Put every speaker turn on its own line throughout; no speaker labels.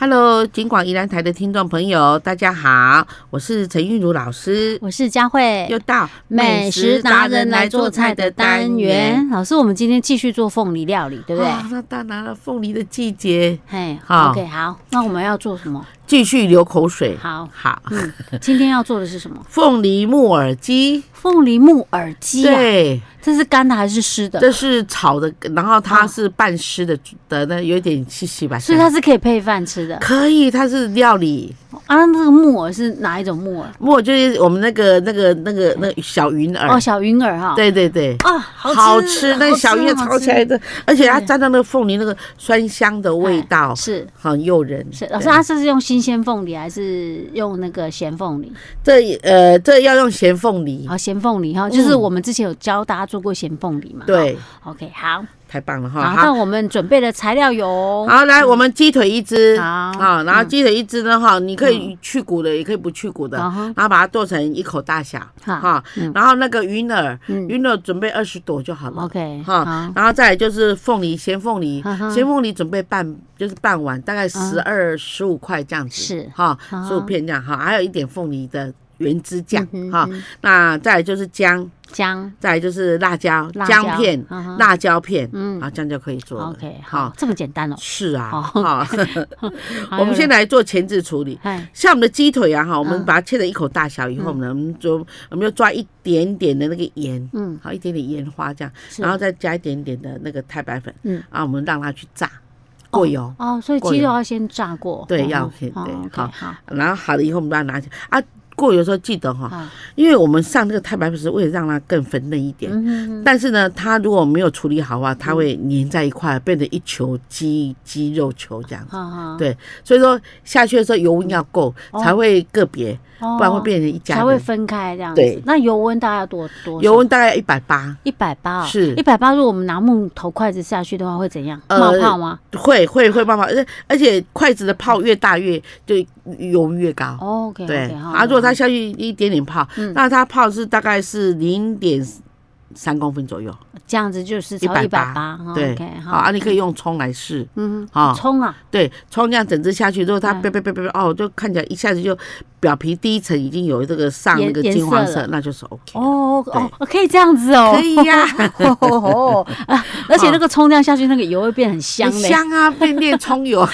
Hello，金广宜兰台的听众朋友，大家好，我是陈韵如老师，
我是佳慧
又。到
美食达人来做菜的单元，。老师，我们今天继续做凤梨料理，对不对？
啊，那当然了，凤梨的季节
嘿
好
，OK，好，那我们要做什么？
继续流口水。
好，
好，
嗯，今天要做的是什么？
凤梨木耳鸡，
凤梨木耳鸡啊，
对，
这是干的还是湿的？
这是炒的，然后它是半湿的的，那有点细细吧。
所以它是可以配饭吃的
可以，它是料理
啊。那这个木耳是哪一种木耳？
木耳，就是我们那个那个那个那个小云耳。
哦，小云耳哈。
嗯对对对。
啊，好
好
吃
吃，，那个小鱼
好吃
炒起来的，而且它沾到那个凤梨那个酸香的味道，
哎是。
很诱人。
是老师，啊
对
他这是用新鲜凤梨还是用那个咸凤梨？
这呃这要用咸凤梨
好，，咸凤梨哈，就是
嗯
我们之前有教大家做过咸凤梨嘛。
对，
哈，OK，好，
太棒了哈。
好，那
好，
我们准备的材料有，
好来我们鸡腿一只，
好
啊，然后鸡腿一只呢哈，你可以去骨的，也可以不去骨的，
嗯哼
然后把它剁成一口大小
好
哈
嗯，
然后那个云耳，
嗯
云耳准备二十朵就好了。
，OK，
哈
好，，
然后再来就是凤梨，咸凤梨
嗯，哼
咸凤梨准备半，就是半碗，大概十二十五块这样子，
嗯是
哈，
好
十五片这样哈，还有一点凤梨的原汁酱
嗯哼
哈
嗯，
那再来就是姜，
姜、
再来就是辣椒
辣，椒
姜片
嗯哼、
辣椒片，
嗯
啊，这样就可以做了
，OK，好，，这么简单哦。
是啊，
好
哈，
还
我
有
们先
嘞，
来做前置处理。
哎，
像我们的鸡腿啊，哈，我们
嗯
把它切成一口大小以后呢，我们就我们就抓一点点的那个盐，
嗯，
好一点点盐花这样，
是
然后再加一点点的那个太白粉，
嗯，
啊，我们让它去炸，过油，
哦，所以
过
鸡肉
油
要先炸过，
对
哦
要
哦
先
哦
对
OK，
好
好，
然后好了以后我们把它拿起来啊。过油的时候记得哈、
好，
因为我们上这个太白粉是为了让它更粉嫩一点，
嗯哼，
但是呢，它如果没有处理好的话，它会粘在一块，变成一球鸡鸡肉球这样子。
好好，
对所以说下去的时候油温要够，
哦
才会个别，
哦
不然会变成一家
才会
人。
分开这样
对
子。那油温大概要多多？
油温大概一百八，
一百八，哦
是
一百八。如果我们拿木头筷子下去的话，会怎样？
呃
冒泡吗？
会会会慢慢，而且而且筷子的泡越大越就油温越高。
哦，OK，
对，
好，
啊，如果它下去一点点泡，
嗯
那它泡是大概是零点三公分左右，
这样子就是超
180
一百八，哦
对
OK，，
好啊，你可以用葱来试，
嗯哼，
好
葱啊，
对，葱这样整只下去，如果它
嗯
啪啪啪啪啪，哦，就看起来一下子就表皮第一层已经有这个上那
颜
个
颜
金黄
色
色
了，
那就是 OK 了。
哦
对
哦，可以这样子哦，
可以呀
哦哦 哦啊而且那个葱酱下去，那个油会变很香
很
嘞。
香啊，变变葱油，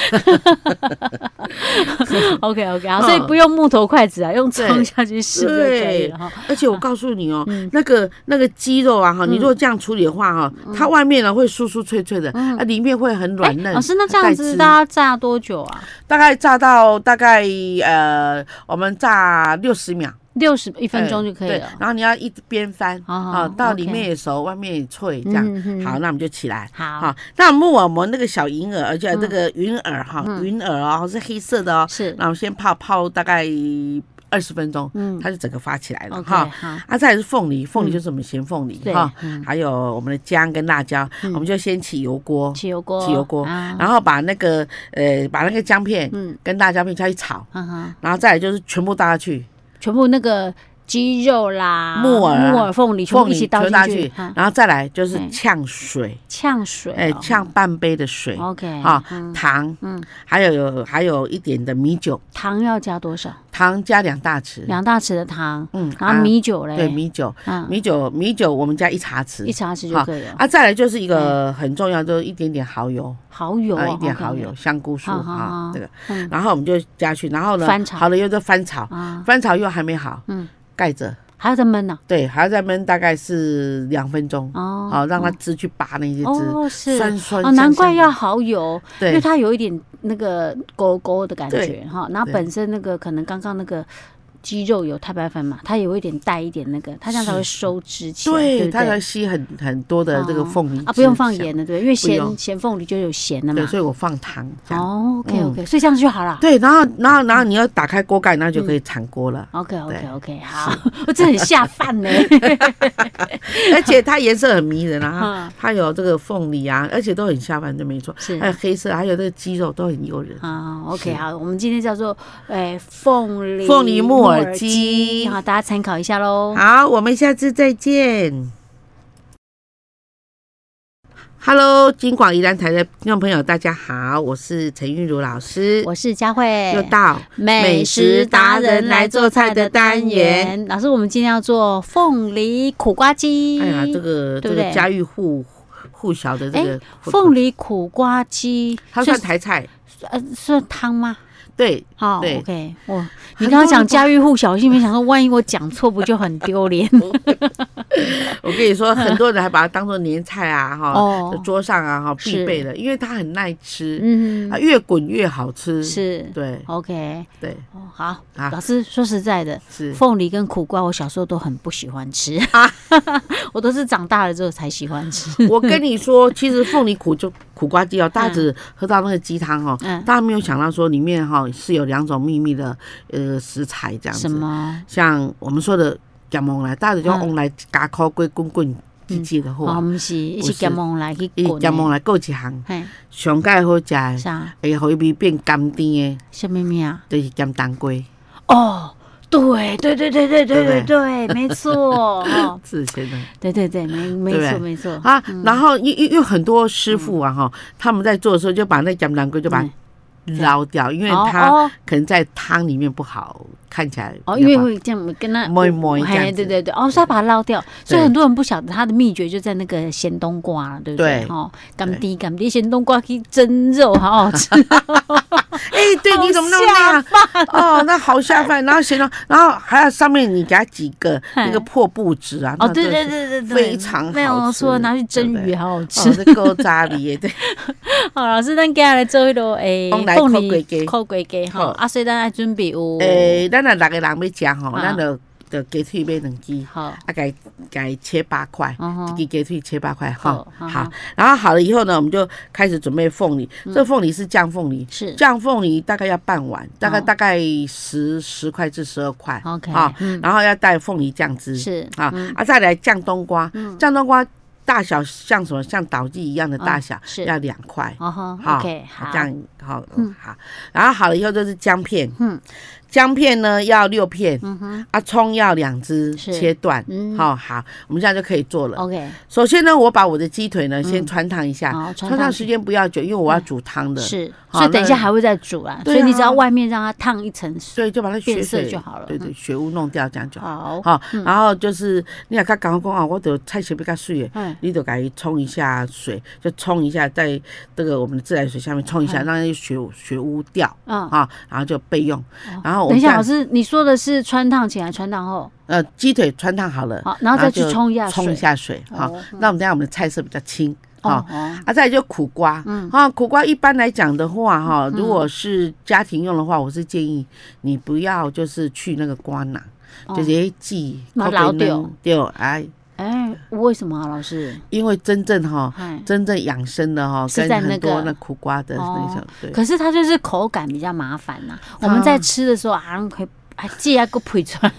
OK OK 啊，
嗯
所以不用木头筷子啊，用葱
对
下去试就可以了哈。
而且我告诉你哦
嗯，
那个那个鸡肉啊哈，你如果这样处理的话哈，它外面呢会酥酥脆脆的，啊里面会很软嫩。
嗯哎老师，那这
很
样
带
子
汁
大家炸多久啊？
大概炸到大概呃，我们炸六十秒，
六十一分钟
哎
就可以
对
了。
然后你要一边翻
哦
啊，到里
OK
面也熟，外面也脆，这样。
嗯哼
好，那我们就起来。
好，嗯
好，那木耳膜那个小银耳，而且这个云耳哈，云耳哦是黑色的哦。
是
那我们先泡泡大概二十分钟，
嗯
它就整个发起来了
OK
哈。
好，
啊，再来是凤梨，凤梨就是我们咸凤梨
对
哈
嗯，
还有我们的姜跟辣椒，我们就先起油锅，
起油锅，
起油锅
啊
然后把那个呃把那个姜片
嗯
跟辣椒片下去炒，
嗯哼，
然后再来就是全部倒下去，
全部那个鸡肉啦、
木耳啊
木耳、凤梨全部一起
全
倒
部倒
进
下去，
去哈，
然后再来就是
对
呛水，
呛水哦，
哎，呛半杯的水，
OK
啊
嗯，
糖，
嗯
还有还有一点的米酒，
糖要加多少？
糖加两大匙，
两大匙的糖，
嗯
然后
啊
米酒嘞，
对，米酒，
嗯，
米酒米酒我们加一茶匙
一，茶匙就哎
好
可以了。
啊，再来就是一个很重要，就是一点点蚝油，
蚝油
啊
哦，
一点
OK
蚝油，香菇素
好好
啊
好，
这个，
嗯
然后我们就加去，然后呢，
翻炒
好了又再翻炒，
啊，
翻炒又还没好，
嗯，
盖着，
还要再焖呢。
对，还要再焖大概是两分钟，
哦，
好让它汁去拔那些汁，
哦是
酸酸
哦，
香
难
香
怪
的
要蚝油，因为
对
它有一点那个勾勾的感觉
对
哈。然后
对
本身那个可能刚刚那个鸡肉有太白粉嘛，它也会有一点带一点那个，它这样才会收汁起来，对
对，
不
它才
对？
吸很很多的这个
哦
凤梨
啊，不用
汁
放
香，
盐的，对，因为咸
用
咸凤梨就有咸的
对，
嘛。
所以我放糖这样。嗯
哦，OK OK，所以这样就好了。
对，然后，然后，然后你要打开锅盖，那
嗯
就可以铲锅了。
OK OK
对
OK，好， 我这很下 饭呢。
而且它颜色很迷人啊
嗯，
它有这个凤梨啊，而且都很下饭，对，没错。
是
还有黑色，还有这个鸡肉都很诱人。
啊，OK，
是
好，我们今天叫做诶凤梨
凤梨木耳鸡
好，大家参考一下喽。
好，我们下次再见。 Hello，金广宜兰台的听众朋友，大家好，我是陈韵如老师，
我是佳慧，
又到
美食达人来做菜的单元。老师，我们今天要做凤梨苦瓜鸡。
哎呀，这个
对
这
不
个
对
家喻户户晓的这
哎
个，
凤梨苦瓜鸡，
它
所以
算台菜，
呃算汤吗？
对，
好
对
，OK，我
很
你
多
刚刚讲
人不
家喻户晓，我心里面想说，万一我讲错，不就很 丢脸？
我跟你说，很多人还把它当做年菜啊，哈，
嗯哦，
桌上啊哈
是
必备的，因为它很耐吃，
嗯
啊，，越滚越好吃，，
是
对
，OK，
对
哦，好，
啊
老师说实在的，
是，啊
凤梨跟苦瓜，我小时候都很不喜欢吃， 我都是长大了之后才喜欢吃。
我跟你说，其实凤梨苦就苦瓜鸡哦，大家只喝到那个鸡汤哦，
嗯，
大家没有想到说里面哈、是有两种秘密的呃食材这样
什
子，
么？
像我们说的夹蒙来，大家就
嗯
用来嘎烤龟滚滚鸡鸡的
哦，
货，
不是，一起夹梦来去
伊
滚的。
夹蒙来够一项，
嘿，
上盖好食的，
啥？
会互伊味变甘甜的，
小咪咪啊？
就是咸冬瓜，
哦，对对对对对对
对
对
不
对，没错， 哦，
是真的
对对对，没没
对
错
不对
没错。
啊。然后因因因为很多师傅啊哈，他们在做的时候就把那咸冬瓜就把它
嗯
捞掉，因为
哦
它
哦
可能在汤里面不好看起来
哦，
比
因
较
为
不好
会这样跟它
摸一摸这样
嘿
子
对对对，哦，是要把它捞掉，所以很多人不晓得它的秘诀就在那个咸冬瓜了，对不对
对？
哦，甘滴甘滴咸冬瓜可以蒸肉， 好好吃。
哎、对，你怎么那么那样？ 哦，那好下饭，然后咸到，然后还要上面你给它几个
嗨
那个破布纸啊。
哦，
那
对
真
对
的是。
对对对，
非常
那
好
样
吃
说拿去蒸
对不
鱼，
对
好好吃
哦，。这够渣鼻耶！对，
好，老师，咱今日来做迄落诶
凤梨烤鸡鸡
烤鸡鸡吼，
好
啊，所以咱爱准备有
诶，咱若六个人要食吼，
啊
咱就就鸡腿买两支，
好，
啊，给给切八块，
嗯哼
一支鸡腿切八块哈
好。嗯
好
哼，
然后好了以后呢，我们就开始准备凤梨。这凤梨是酱凤梨，
是
酱凤梨大概要半碗，大概
哦
大概十十块至十二块。
OK，
啊
嗯，
然后要带凤梨酱汁。
是嗯
啊、啊，再来酱冬瓜，酱冬瓜大小像什么？像岛际一样的大小，
嗯是
要两块。
哦吼
好
，OK，好
这，样好，嗯，好。然后好了以后就是姜片，
嗯
姜片呢要六片，
嗯哼
啊，葱要两只
是
切断。
嗯哦
好、好，我们这样就可以做了。
，OK，
首先呢，我把我的鸡腿呢先穿烫一下，
好哦穿
穿
烫嗯
烫时间不要久，因为我要煮汤的，
是，
好
所以等一下
那
还会再煮啦，所
对啊
以你只要外面让它烫一层，
所以就把它血
变色
水
就好了嗯
对对，血污弄掉，这样就好。
好，
好、然后就是你也较赶快讲啊，我得菜切比较碎的，
嗯，
你就给它冲一下水，就冲一下，在这个我们的自来水下面冲一下，
嗯
让那些血血污掉
嗯，
啊，然后就备用。然后我
哦等
们
一下，
再
老师，你说的是穿烫前还是穿烫后？
呃鸡腿穿烫好了，
好，哦然后再去
就
冲一下
冲一
水，
下水哈
哦。
那我们等一下我们的菜色比较轻
哦
啊。
哦，
啊，再来就苦瓜，嗯啊，苦瓜一般来讲的话，
嗯
哈，如果是家庭用的话，我是建议你不要就是去那个瓜囊，
哦
就直接寄
把它捞掉
掉，哎，
哎，为什么啊，老师？
因为真正哈，
哎，
真正养生的哈，
是
跟
在那
很多
个
那苦瓜的
哦
那种，对，啊
可是它就是口感比较麻烦呐、我们在吃的时候啊，可以还借一个配出来。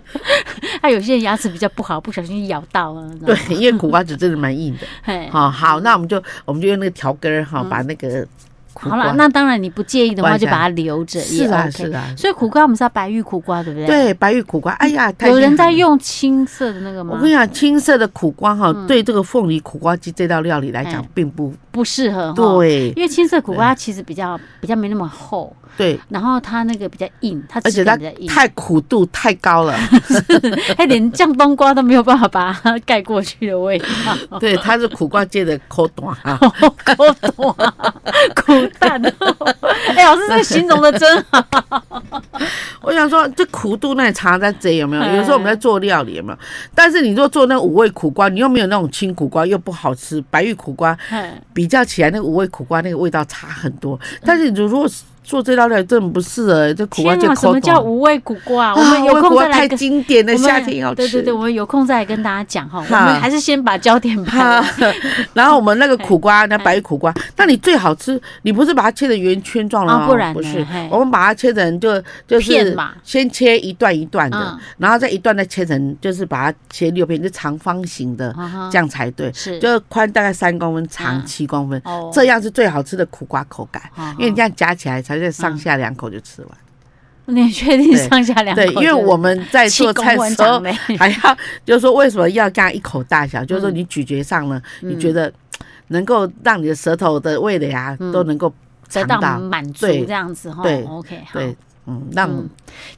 啊，有些人牙齿比较不好，不小心咬到啊了。
对，因为苦瓜子真的蛮硬的。
对
好、好，
嗯
那我们就我们就用那个调根儿哈，把那个苦
好
瓜。
了，那当然你不介意的话，
关一
就
下
把它留着也
是啊
OK。
是啊，
所以苦瓜我们是要白玉苦瓜，对不对？。嗯
对白玉苦瓜，哎呀，它已
有
经
人
很
在。用青色的那个
我
吗嗯
跟？你讲，青色的苦瓜哈，对这个凤梨苦瓜鸡这道料理来讲
哎，
并不
不适合哈。。
对，
因为青色苦瓜其实比较比较没那么厚，
对，
然后它那个比较硬，它
而且
质
它
感比较硬，
太苦度太高了，
它连酱冬瓜都没有办法把它盖过去的味 道。
对，它是苦瓜界的口短哈。
我懂啊，苦蛋哦！ 哎、老师这个形容的真 好，
我想说，这苦度那里查在这有没有？
哎
有时候我们在做料理有没有？但是你如果做那五味苦瓜，你又没有那种青苦瓜，又不好吃。白玉苦瓜比较起来，那个五味苦瓜那个味道差很多。
嗯
但是你如果做这道料理，真的不适合。这苦瓜
天
就
啊，什
口
么叫
短。
无味苦瓜、
啊
我们有
五味苦
空
瓜
再来
太
跟。
经典了，
我们
夏天要吃。
对 对对，我们有空再来跟大家讲哈。我
哈
们还是先把焦点摆
哈，然后我们那个苦瓜，那白玉苦瓜，那你最好吃，你不是把它切成圆圈状了
啊
吗？
不然呢
不是
嘿，
我们把它切成就就
片
是
嘛
先切一段一段的
嗯，
然后再一段再切成，就是把它切六片，就长方形的，
啊
这样才对，
是
就是宽大概三公分，长
嗯
七公分，
哦
这样是最好吃的苦瓜口感
嗯。
因为你这样夹起来，才在上下两口就吃完。
你确定上下两口
对，
就
因
是？
为我们在
气
做
功
菜的
文
时候
长嗯辈
还要，就是说为什么要这样一口大小？就是说你咀嚼上了，
嗯
你觉得嗯能够让你的舌头的味蕾啊都能够
嗯得
尝
到
到，
满足
对
这样子哈
对。
OK，好。
对，嗯，让
嗯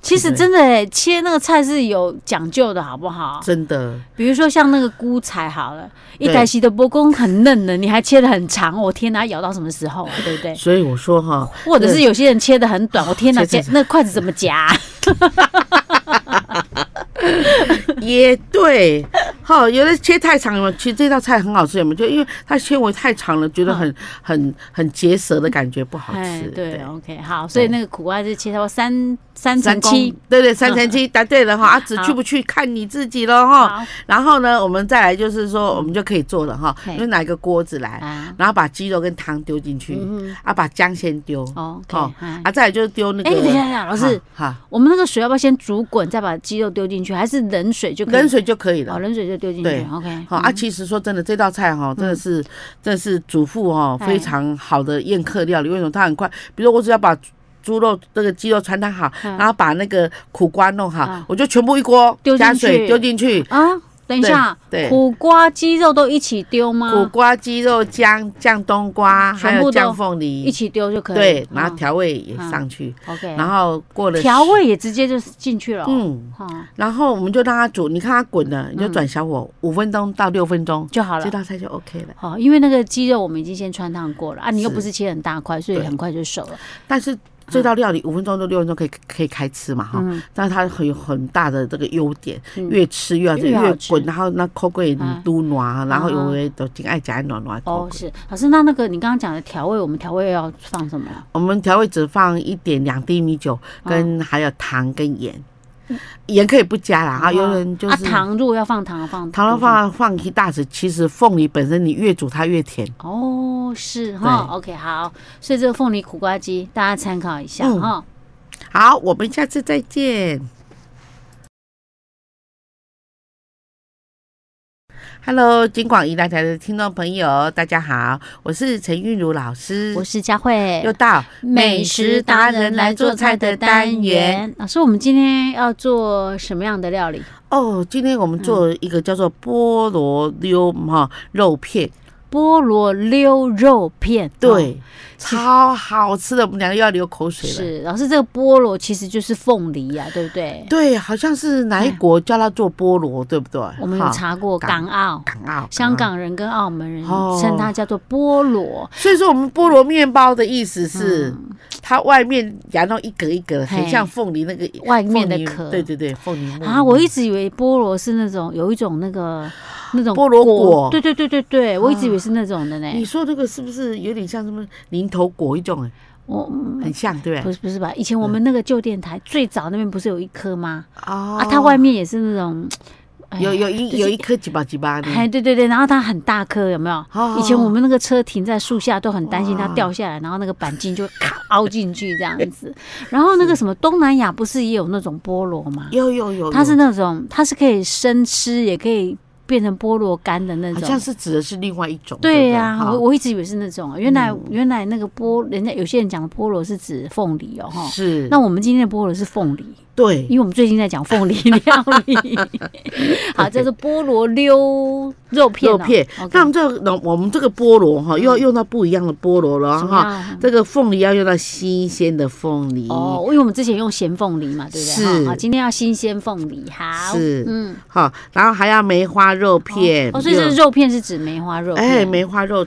其实
对
真的欸切那个菜是有讲究的，好不好？
真的
比如说像那个菇菜好了，一
对
台洗的波公很嫩的，你还切的很长，我天哪，咬到什么时候啊？对 不对？
所以我说哈，
或者是有些人切的很短，我天哪，
切
切
成
那筷子怎么夹？
也对，好，有的切太长了，其实这道菜很好吃，有没有？就因为它纤维太长了，觉得很很很结舌的感觉不好
嗯哎
吃。，
对，OK，好，所以那个苦瓜就切到三三
三公
乘七。，
对对，三乘七，答对了哈。啊，只
嗯好
去不去看你自己了哈。
好
然后呢，我们再来就是说，我们就可以做了哈
嘿，
就拿一个锅子来，
啊，
然后把鸡肉跟汤丢进去，
嗯
啊，把姜先丢，
哦，OK，
哦
哎
啊，再来就是丢那
哎，等一
个
下，等一下，老师，
哈，哈
我们那个水要不要先煮滚，再把鸡肉丢进去，还是冷水就可以？
冷水就可以
哦，
了。
冷水就丢进
对
去。OK，嗯
好啊，其实说真的，这道菜哈，真的是，真的是主妇哈
哎
非常好的宴客料理。为什么它很快？比如我只要把猪肉这个鸡肉穿烫好，
嗯
然后把那个苦瓜弄好
嗯，
我就全部一锅
丢进
加水
去
丢进去，
啊，等一下，
对对
苦瓜、鸡肉都一起丢
苦
吗？
瓜、鸡肉、姜、酱冬瓜，还
嗯全
有
部都
酱凤
一
梨，
起丢就可以。
对，
嗯
然后调味也
嗯
上去，
OK，
然后过了
调味也直接就进去了。嗯，
嗯，
好
然后我们就让它煮，你看它滚了，你就转小火五分钟到六分钟，
就嗯好
这
了。
道菜就 OK 了。
好，因为那个鸡肉我们已经先穿烫过了啊，你又
是
不是切很大块，所以
对
很快就熟了。
但是这道料理五分钟到六分钟可以可以开吃嘛哈，
嗯，
但是它很有很大的这个优点，
嗯
越吃越好吃，
越好
越
吃
滚，然后那口味你都暖，然后
啊
有的都挺爱夹暖暖的口
哦，
味。
是老师，那那个你刚刚讲的调味，我们调味要放什么？
我们调味只放一点两滴米酒，跟
哦
还有糖跟盐，盐可以不加啦啊，有人就
嗯啊，
是
糖如果要放糖，放
糖的话放一大匙，其实凤梨本身你越煮它越甜，
哦，是哈
对
，OK，好，所以这个凤梨苦瓜鸡大家参考一下
嗯
哈。
好，我们下次再见。Hello，金广宜兰台的听众朋友，大家好，我是陈韵如老师
我，是佳慧，
又到
元。老师，我们今天要做什么样的料理？
哦。今天我们做一个叫做菠萝溜哈肉片，
哦菠萝溜肉片。哦
对，超好吃的，我们两个又要流口水了。
是老师，这个菠萝其实就是凤梨呀、对不对？
对，好像是哪一
哎
国叫它做菠萝，对不对？
我们有
哈
查过
港
港嗯澳。
港澳、
香
澳。
港人跟澳门人
哦
称它叫做菠萝，
所以说，我们菠萝面包的意思是，
嗯
它外面夹到一格一格，很
嘿
像凤梨那个
外面的
凤梨
壳
对对对，凤梨末
啊，我一直以为菠萝是那种有一种那个那种
菠萝果
对对对对对，我一直以为是那种的呢。
你说这个是不是有点像什么零头果一种？啊
我嗯
很像，对不
不
对？
是不是吧？以前我们那个旧电台最早那边不是有一颗吗？
哦
啊，它外面也是那种哎
有有一
就是
有一颗几把几把的，
哎，对对对，然后它很大颗，有没有？
哦
以前我们那个车停在树下都很担心它
哇
掉下来，然后那个钣金就咔凹进去这样 子。然后那个什么东南亚不是也有那种菠萝吗？
有有有，
它是
有
那种它是可以生吃，也可以变成菠萝干的那
好
种。
像是指的是另外一种，
对
不
呀、
哈
我我一直以为是那种，啊原来、
嗯
原来那个菠，人家有些人讲的菠萝是指凤梨哦，哈。
是
那我们今天的菠萝是凤梨，
对
因为我们最近在讲凤梨料 理。好，这是菠萝溜肉片、哦。
肉片
OK。嗯
那我们这个我们这个菠萝哈，又要用到不一样的菠萝了
什
哈。
么样
这个凤梨要用到新鲜的凤梨，
哦，因为我们之前用咸凤梨嘛，对不
是
对？好，今天要新鲜凤梨，好，
是
嗯，
好，然后还要梅花肉片，
哦，所以这
又
个肉片是指梅花肉片，
哎，梅花肉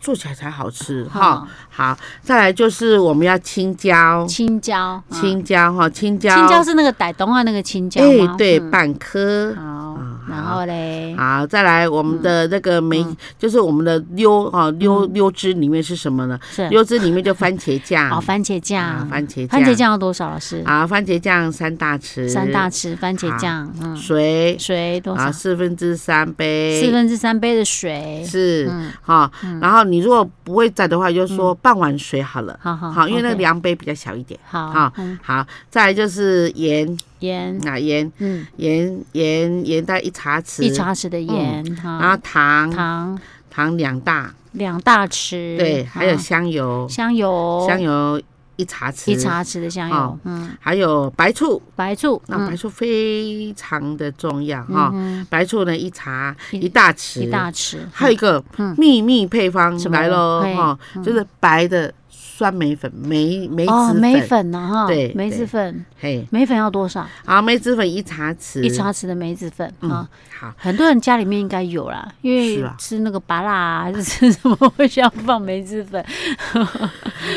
做起来才好吃哈
好。
好，再来就是我们要青椒，
青椒，嗯
青椒哈，青椒，哎
青椒是那个傣东啊那个青椒吗？
对，
嗯
半颗。
好
嗯，
然后嘞，
好，再来我们
嗯
的那个梅，就是我们的溜啊溜溜汁里面是什么呢？
是
溜汁里面就番茄酱
哦，，番茄
啊
酱，
番茄
番茄
酱，
酱要多少？老师，
啊，番茄酱三大匙，
三大匙番茄酱，嗯，
水
水多
啊，
少？
四分之三杯，
四分之三杯的水，
是
嗯
哈，然后你如果不会蘸的话，就说半碗水好了，
好好
好，因为那个
OK
量杯比较小一点。
好
好，好，再来就是盐，
盐，
啊盐
嗯，
盐盐盐大概一茶匙，
一，茶匙的盐，
嗯然
哈，
后糖
糖
糖两大，
两大匙，
对，还有
好
香油，
香油，
香油一茶匙，
一茶匙的香油，
哦
嗯，
还有白醋，
白醋，
那白
嗯，
醋非常的重要哈、
嗯
白醋呢一茶
一
一大匙，
一大匙，
还有一个
嗯
秘密配方
什么
来喽
嘿嗯
哈、就是白的酸梅粉，梅梅子
哦，
粉，
梅粉呢哈，
对
梅子
对
粉，
嘿，
梅粉要多少？
好，梅子粉一茶匙，
一茶匙的梅子粉
嗯
啊，
好，
很多人家里面应该有啦，因
是
为
啊
吃那个拔辣啊，还是吃什么 会需要放梅子粉， 嗯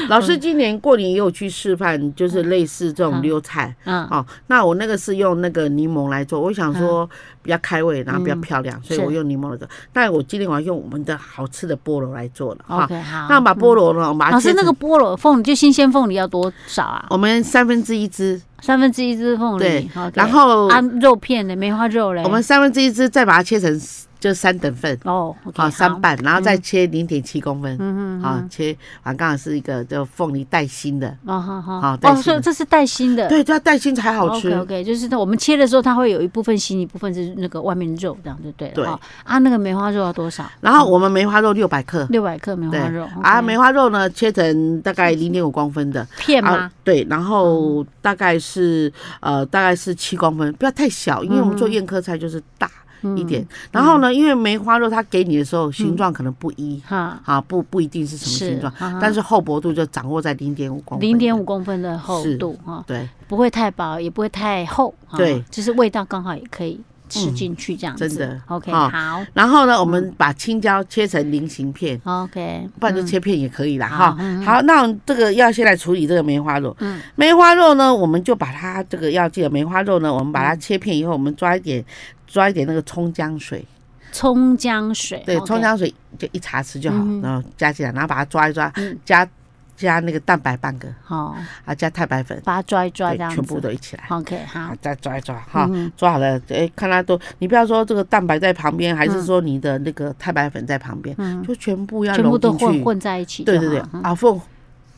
老师今年过年也有去示范，就是类似这种溜菜。
嗯，
哦，那我那个是用那个柠檬来做，我想说比较开胃，然后比较漂亮，所以
嗯是
我用柠檬来做。但我今天我要用我们的好吃的菠萝来做了哈。
OK，好。
那我们把菠萝呢，我们把它
老师
切
那
成
个菠萝凤梨就新鲜凤梨要多少啊？
我们三分之一只，
三分之一只凤梨
对，
OK
然后
啊肉片的梅花肉嘞，
我们三分之一只再把它切成就三等份。
哦，OK，
好，三
瓣，
瓣，然后再切零点七公分，
嗯嗯嗯，
好、切完刚好是一个就凤梨带心的，
哦好好
好
好，
带
哦，
心
所以
的
这是带心的，
对，它带心才好吃。
OK OK，就是它我们切的时候，它会有一部分心，一部分是那个外面肉，这样就对了。
对
哦啊，那个梅花肉要多少？
然后我们梅花肉六百克，
六百克梅
对
花肉
啊，
没
梅花肉呢切成大概零点五公分的，
片吗嗯
啊？，对，然后大概是呃大概是七公分，不要太小，因为我们
嗯
做宴客菜就是大一点。然后呢，因为梅花肉它给你的时候形状可能不一，
哈，
啊不不一定是什么
嗯是
形状，，但
但
是厚薄度就掌握在零点五公分，
零点五，公分的厚
是
度哈，
对，
不会太薄，也不会太厚，哈
对
就是味道刚好也可以吃进去这样子。
真的
OK，
哦
好
然后呢，我们把青椒切成菱形片，
，OK，
不然就
嗯
切片也可以啦
好
哈。
嗯
好，那我们这个要先来处理这个梅花肉。
嗯
梅花肉呢，我们就把它这个要记得梅花肉呢，我们把它切片以后，我们抓一点抓一点那个葱姜水，
葱姜水，
对，
OK
葱姜水就一茶匙就好
嗯，
然后加进来，然后把它抓一抓
嗯，
加加那个蛋白半个，
好，
啊，加太白粉，
把它抓一抓
对
这，样子，
全部都一起来。
OK，好
啊，，再抓一抓哈
嗯，
抓好了，哎，看它都，你不要说这个蛋白在旁边，还是说你的那个太白粉在旁边，
嗯，
就全部要
全部
融
都
进去。
混混在一起就
对
好，
对对，
嗯
啊，凤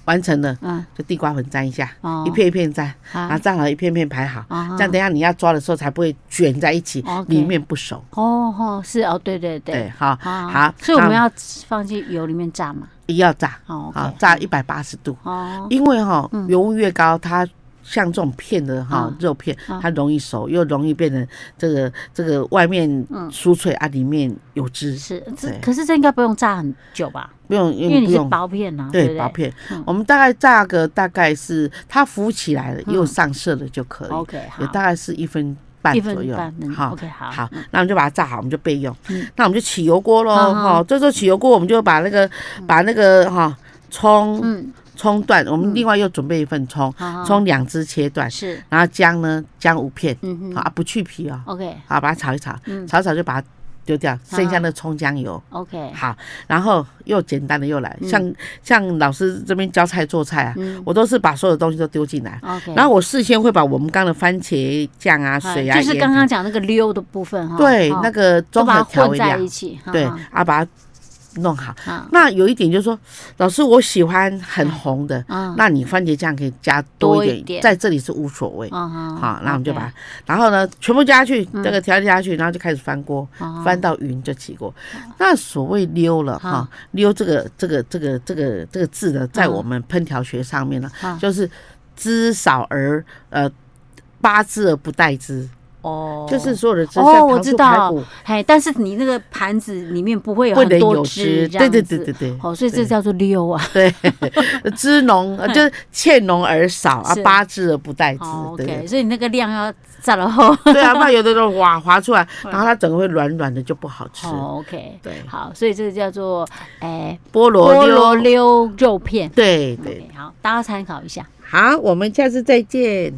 完成了，
嗯，
就地瓜粉沾一下，
哦
一片一片沾，然后
啊，
沾好一片片排好，
啊
这样等一下你要抓的时候才不会卷在一起
OK，
里面不熟。
哦哦，是哦，对对
对，，好，
好
好
所以我们
那
要放进油里面炸嘛，
一要炸，
哦，
好
OK，
炸一百八十度，
哦，
因为哈油温越高，它。像这种片的哈
嗯
肉片，
嗯
它容易熟，又容易变成这个这个外面酥脆啊，里面有汁，
是这，
对
可是这应该不用炸很久吧？
不用
因为
用
你
不
是
用
薄片呐，不
对
对
薄片
嗯。
我们大概炸个大概是它浮起来了又上色了就可以，
，OK，好嗯
也，大概是一分半
一
左
分
右
半能。
好，
，OK，好，
好，那我们就把它炸好，我们就备用
嗯。
那我们就起油锅喽，
好好
哈，这时候起油锅，我们就把那个把那个哈葱
嗯，
葱段，我们另外又准备一份葱，
好好，
葱两只切断，
是，
然后姜呢姜五片，
嗯
好
哼
啊不去皮哦，
，OK，
好把它炒一炒
嗯，
炒一炒就把它丢掉，剩下那葱姜油。
OK，
好，然后又简单的又来，像像老师这边教菜做菜啊，
嗯
我都是把所有东西都丢进来，
，OK，
然后我事先会把我们刚刚的番茄酱啊、
好
水啊，
哎就是
盐
刚刚讲那个溜的部分哈，
对
哦
那个
都
综
把
合
它
调
混
味
在
料
一，起，嗯哈
对
哈
啊，把它弄好。
好，
那有一点就是说，老师我喜欢很红的，
嗯，
那你番茄酱可以加多
多
一
一
点，
点
在这里是无所谓。
嗯哼
好，那我们就
OK，
把，然后呢，全部加下去，这个调料下去，然后就开始翻锅。
哦
翻到云就起过。那所谓溜了
好嗯
哈，溜这个这个这个这个这个字呢，在我们烹调学上面呢
好，
就是知少而呃八之而不殆之，
哦，
就是所有的汁
哦
像
我
糖
知
醋排
道
骨
嘿，但是你那个盘子里面不会有
不
很
能
多
有
汁
汁，，
这
对
样
对
子，
对对对
哦，所以这
对
叫做溜啊。
对， 知浓呃就是欠浓而少啊
是，
八之而不殆
哦
之，对
，OK，
对。
所以你那个量要占了后。
对啊，不然有的都哇滑 出来，
嗯
然后它整个会软软的，就不好吃。
哦，OK，
对
好，所以这个叫做哎
菠萝
菠
溜，
萝溜肉片。
对对，
OK，好，大家参考一下。
好，我们下次再见。